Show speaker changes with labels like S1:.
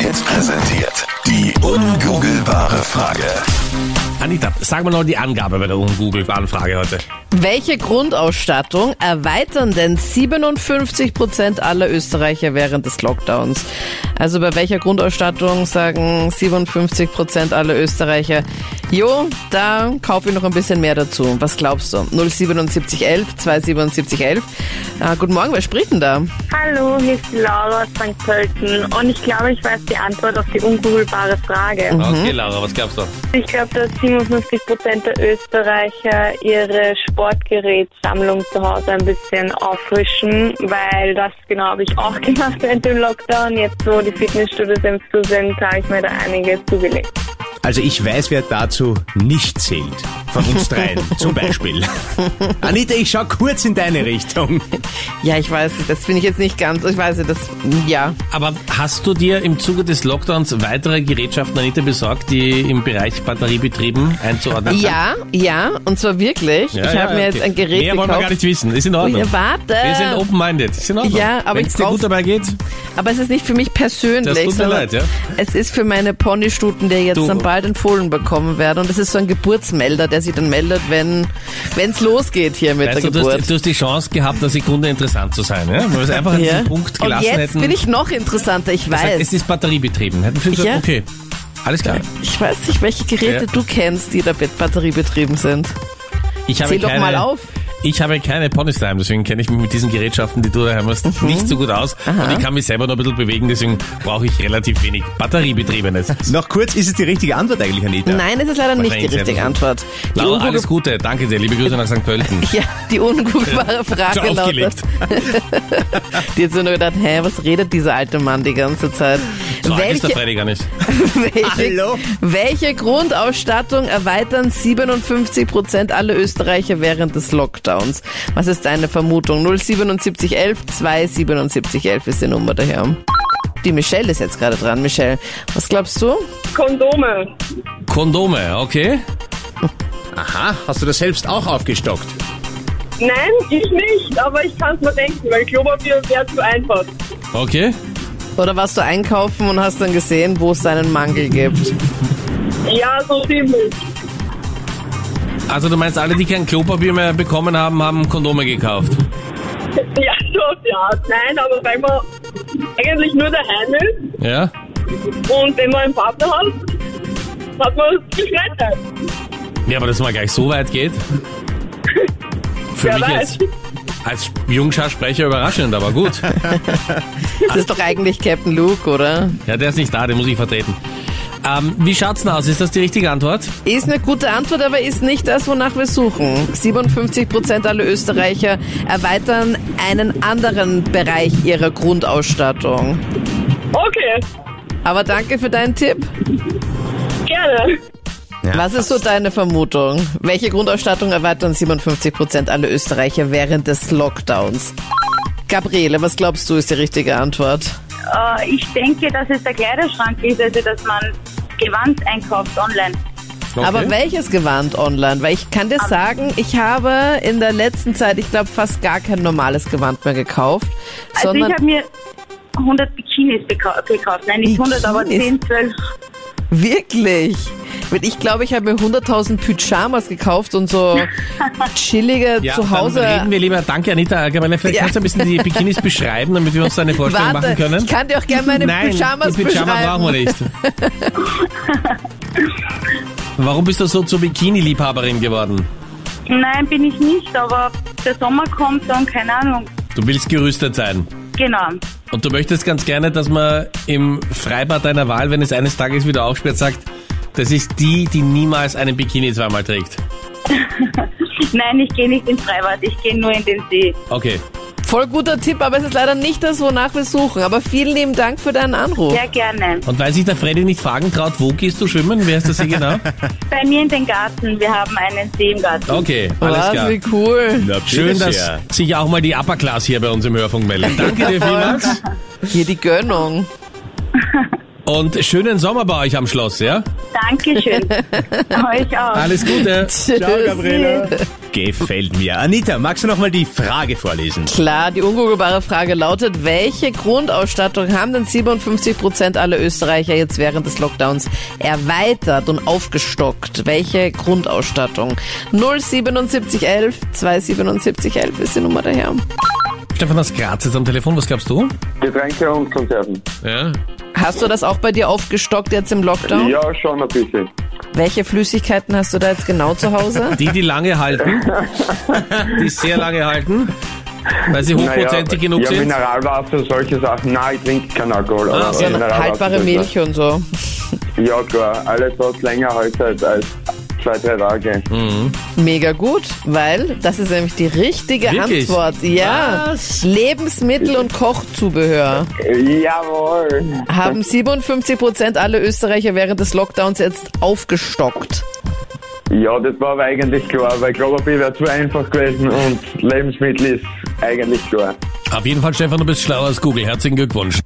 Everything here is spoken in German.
S1: Hits präsentiert. Die ungoogelbare Frage.
S2: Anita, sag mal noch die Angabe bei der Google-Anfrage heute.
S3: Welche Grundausstattung erweitern denn 57 Prozent aller Österreicher während des Lockdowns? Also bei welcher Grundausstattung sagen 57 Prozent aller Österreicher, jo, da kaufe ich noch ein bisschen mehr dazu. Was glaubst du? 07711, 27711. Ah, guten Morgen, wer spricht denn da?
S4: Hallo, hier ist die Laura aus St. Pölten und ich glaube, ich weiß die Antwort auf die ungoogelbare Frage.
S2: Okay, Laura, was glaubst du?
S4: Ich glaube, dass 57 Prozent der Österreicher ihre Sportgerätsammlung zu Hause ein bisschen auffrischen, weil das genau habe ich auch gemacht während dem Lockdown. Jetzt, wo die Fitnessstudios im Zu sind, habe ich mir da einiges zugelegt.
S5: Also ich weiß, wer dazu nicht zählt. Von uns dreien zum Beispiel. Anita, ich schau kurz in deine Richtung.
S3: Ja, ich weiß, nicht, das bin ich jetzt nicht ganz, ich weiß, nicht, das, ja.
S2: Aber hast du dir im Zuge des Lockdowns weitere Gerätschaften, Anita, besorgt, die im Bereich Batteriebetrieben einzuordnen sind?
S3: Ja, ja, und zwar wirklich.
S2: Ja,
S3: ich
S2: ja,
S3: habe mir
S2: okay.
S3: jetzt ein Gerät
S2: Mehr wollen wir
S3: gekauft.
S2: gar nicht wissen. Ist in Ordnung.
S3: Ja, warte.
S2: Wir sind open-minded. Ist in Ordnung.
S3: Ja, aber
S2: Wenn's
S3: ich
S2: dir
S3: brauch-
S2: gut dabei geht,
S3: Aber es ist nicht für mich persönlich.
S2: Das tut mir
S3: sondern
S2: leid, ja.
S3: Es ist für meine Ponystuten, die jetzt
S2: Du-
S3: dann bald in Fohlen bekommen werden. Und es ist so ein Geburtsmelder, der sich dann meldet, wenn es losgeht hier mit
S2: weißt du,
S3: der
S2: du
S3: Geburt.
S2: hast, du hast die Chance gehabt, eine Sekunde interessant zu sein. Ja? Wenn wir es einfach an
S3: Ja.
S2: diesen Punkt
S3: Und
S2: gelassen
S3: jetzt
S2: hätten.
S3: bin ich noch interessanter, ich
S2: gesagt,
S3: weiß.
S2: es ist batteriebetrieben. Hätten wir gesagt,
S3: Ja.
S2: okay, alles klar.
S3: ich weiß nicht, welche Geräte
S2: Ja.
S3: du kennst, die da mit Batterie betrieben sind.
S2: Ich habe
S3: Zähl doch
S2: keine,
S3: mal auf.
S2: Ich habe keine Ponys daheim, deswegen kenne ich mich mit diesen Gerätschaften, die du daheim hast,
S3: Mhm.
S2: nicht so gut aus. Und ich kann mich selber noch ein bisschen bewegen, deswegen brauche ich relativ wenig Batteriebetriebenes.
S5: Noch kurz, ist es die richtige Antwort eigentlich, Anita?
S3: Nein, es ist leider nicht die
S2: Wahrscheinlich
S3: richtige
S2: selber.
S3: Antwort. Die,
S2: Laura,
S3: ungoogel-
S2: alles Gute. Danke dir. Liebe Grüße nach St. Pölten.
S3: ja, die ungooglebare Frage
S2: Schon
S3: lautet,
S2: aufgelegt.
S3: die hat so nur gedacht, hä, was redet dieser alte Mann die ganze Zeit?
S2: So alt ist der Freddy gar nicht.
S3: Welche,
S5: Hallo?
S3: welche Grundausstattung erweitern 57 Prozent aller Österreicher während des Lockdowns? Was ist deine Vermutung? 07711 27711 ist die Nummer daher. Die Michelle ist jetzt gerade dran. Michelle, was glaubst du?
S4: Kondome.
S2: Kondome, okay.
S5: Aha, hast du das selbst auch aufgestockt?
S4: Nein, ich nicht, aber ich kann es mir denken, weil Klopapier wäre zu einfach.
S2: Okay.
S3: Oder warst du einkaufen und hast dann gesehen, wo es einen Mangel gibt?
S4: Ja, so ziemlich.
S2: Also du meinst, alle, die kein Klopapier mehr bekommen haben, haben Kondome gekauft.
S4: Ja, so, ja. Nein, aber weil man eigentlich nur daheim ist,
S2: Ja?
S4: Und wenn man einen Partner hat, hat man viel Freiheit.
S2: Ja, aber dass man gleich so weit geht. Für
S4: Wer
S2: mich
S4: weiß.
S2: jetzt als Jungscharsprecher überraschend, aber gut.
S3: Das ist doch eigentlich Captain Luke, oder?
S2: Ja, der ist nicht da, den muss ich vertreten. Ähm, wie schaut's denn aus? Ist das die richtige Antwort?
S3: Ist eine gute Antwort, aber ist nicht das, wonach wir suchen. 57 Prozent aller Österreicher erweitern einen anderen Bereich ihrer Grundausstattung.
S4: Okay,
S3: Aber danke für deinen Tipp.
S4: gerne.
S3: Was ist so deine Vermutung? Welche Grundausstattung erweitern 57 Prozent aller Österreicher während des Lockdowns? Gabriele, was glaubst du, ist die richtige Antwort?
S6: Äh, ich denke, dass es der Kleiderschrank ist, also dass man Gewand einkauft online.
S2: Okay.
S3: Aber welches Gewand online? Weil ich kann dir sagen, ich habe in der letzten Zeit, ich glaube, fast gar kein normales Gewand mehr gekauft.
S4: Äh,
S6: Also
S3: sondern
S6: ich habe mir 100 Bikinis beka- gekauft. Nein, nicht 100, aber
S3: Bikinis?
S6: 10, 12.
S3: Wirklich? Weil Ich glaube, ich habe mir 100.000 Pyjamas gekauft und so chillige
S2: ja,
S3: zu Hause.
S2: Dann reden wir lieber. Danke, Anita Gabriele. Vielleicht
S3: Ja.
S2: kannst du ein bisschen die Bikinis beschreiben, damit wir uns da eine Vorstellung
S3: Warte,
S2: machen können.
S3: ich kann dir auch gerne meine
S2: Nein,
S3: Pyjamas
S2: die Pyjama
S3: beschreiben.
S2: brauchen wir nicht. Warum bist du so zur Bikini-Liebhaberin geworden?
S6: Nein, bin ich nicht, aber der Sommer kommt dann, keine Ahnung.
S2: Du willst gerüstet sein.
S6: Genau.
S2: Und du möchtest ganz gerne, dass man im Freibad deiner Wahl, wenn es eines Tages wieder aufsperrt, sagt, das ist die, die niemals einen Bikini zweimal trägt.
S6: Nein, ich gehe nicht ins Freibad, ich gehe nur in den See.
S2: Okay.
S3: Voll guter Tipp, aber es ist leider nicht das, wonach wir suchen. Aber vielen lieben Dank für deinen Anruf.
S6: Sehr gerne.
S2: Und weil sich der Freddy nicht fragen traut, wo gehst du schwimmen? Wer ist das hier genau?
S6: Bei mir in den Garten, wir haben einen See im Garten.
S2: Okay, alles
S3: Was,
S2: klar.
S3: wie cool.
S5: Na,
S2: Schön,
S5: bitte
S2: dass
S5: sehr.
S2: sich auch mal die Upper Class hier bei uns im Hörfunk meldet. Danke dir vielmals.
S3: Hier die Gönnung.
S2: Und schönen Sommer bei euch am Schloss, ja?
S6: Dankeschön. Euch auch.
S2: Alles Gute.
S3: Tschüss.
S5: Gabriele. Gefällt mir. Anita, magst du nochmal die Frage vorlesen?
S3: Klar, die ungoogelbare Frage lautet, welche Grundausstattung haben denn 57 Prozent aller Österreicher jetzt während des Lockdowns erweitert und aufgestockt? Welche Grundausstattung? 07711 27711 ist die Nummer daher.
S2: Stefan aus Graz ist am Telefon, was glaubst du?
S7: Getränke und Konserven.
S2: Ja.
S3: Hast du das auch bei dir aufgestockt jetzt im Lockdown?
S7: Ja, schon ein bisschen.
S3: Welche Flüssigkeiten hast du da jetzt genau zu Hause?
S2: Die, die lange halten, die sehr lange halten, weil sie hochprozentig
S7: Naja,
S2: genug
S7: ja,
S2: sind.
S7: Mineralwasser, solche Sachen. Nein, ich trinke keinen Alkohol.
S2: Ah,
S7: aber
S2: so eine
S7: Mineralwasser
S3: Haltbare
S7: ist
S3: Milch und so.
S7: das. Ja, klar. Alles, was länger hält halt als zwei, drei Tage.
S3: Mega gut, weil das ist nämlich die richtige
S2: Wirklich?
S3: Antwort. Ja. Lebensmittel und Kochzubehör
S7: Jawohl.
S3: haben 57 Prozent aller Österreicher während des Lockdowns jetzt aufgestockt.
S7: Ja, das war aber eigentlich klar, weil Klopapier wäre zu einfach gewesen und Lebensmittel ist eigentlich klar.
S2: Auf jeden Fall, Stefan, du bist schlauer als Google. Herzlichen Glückwunsch.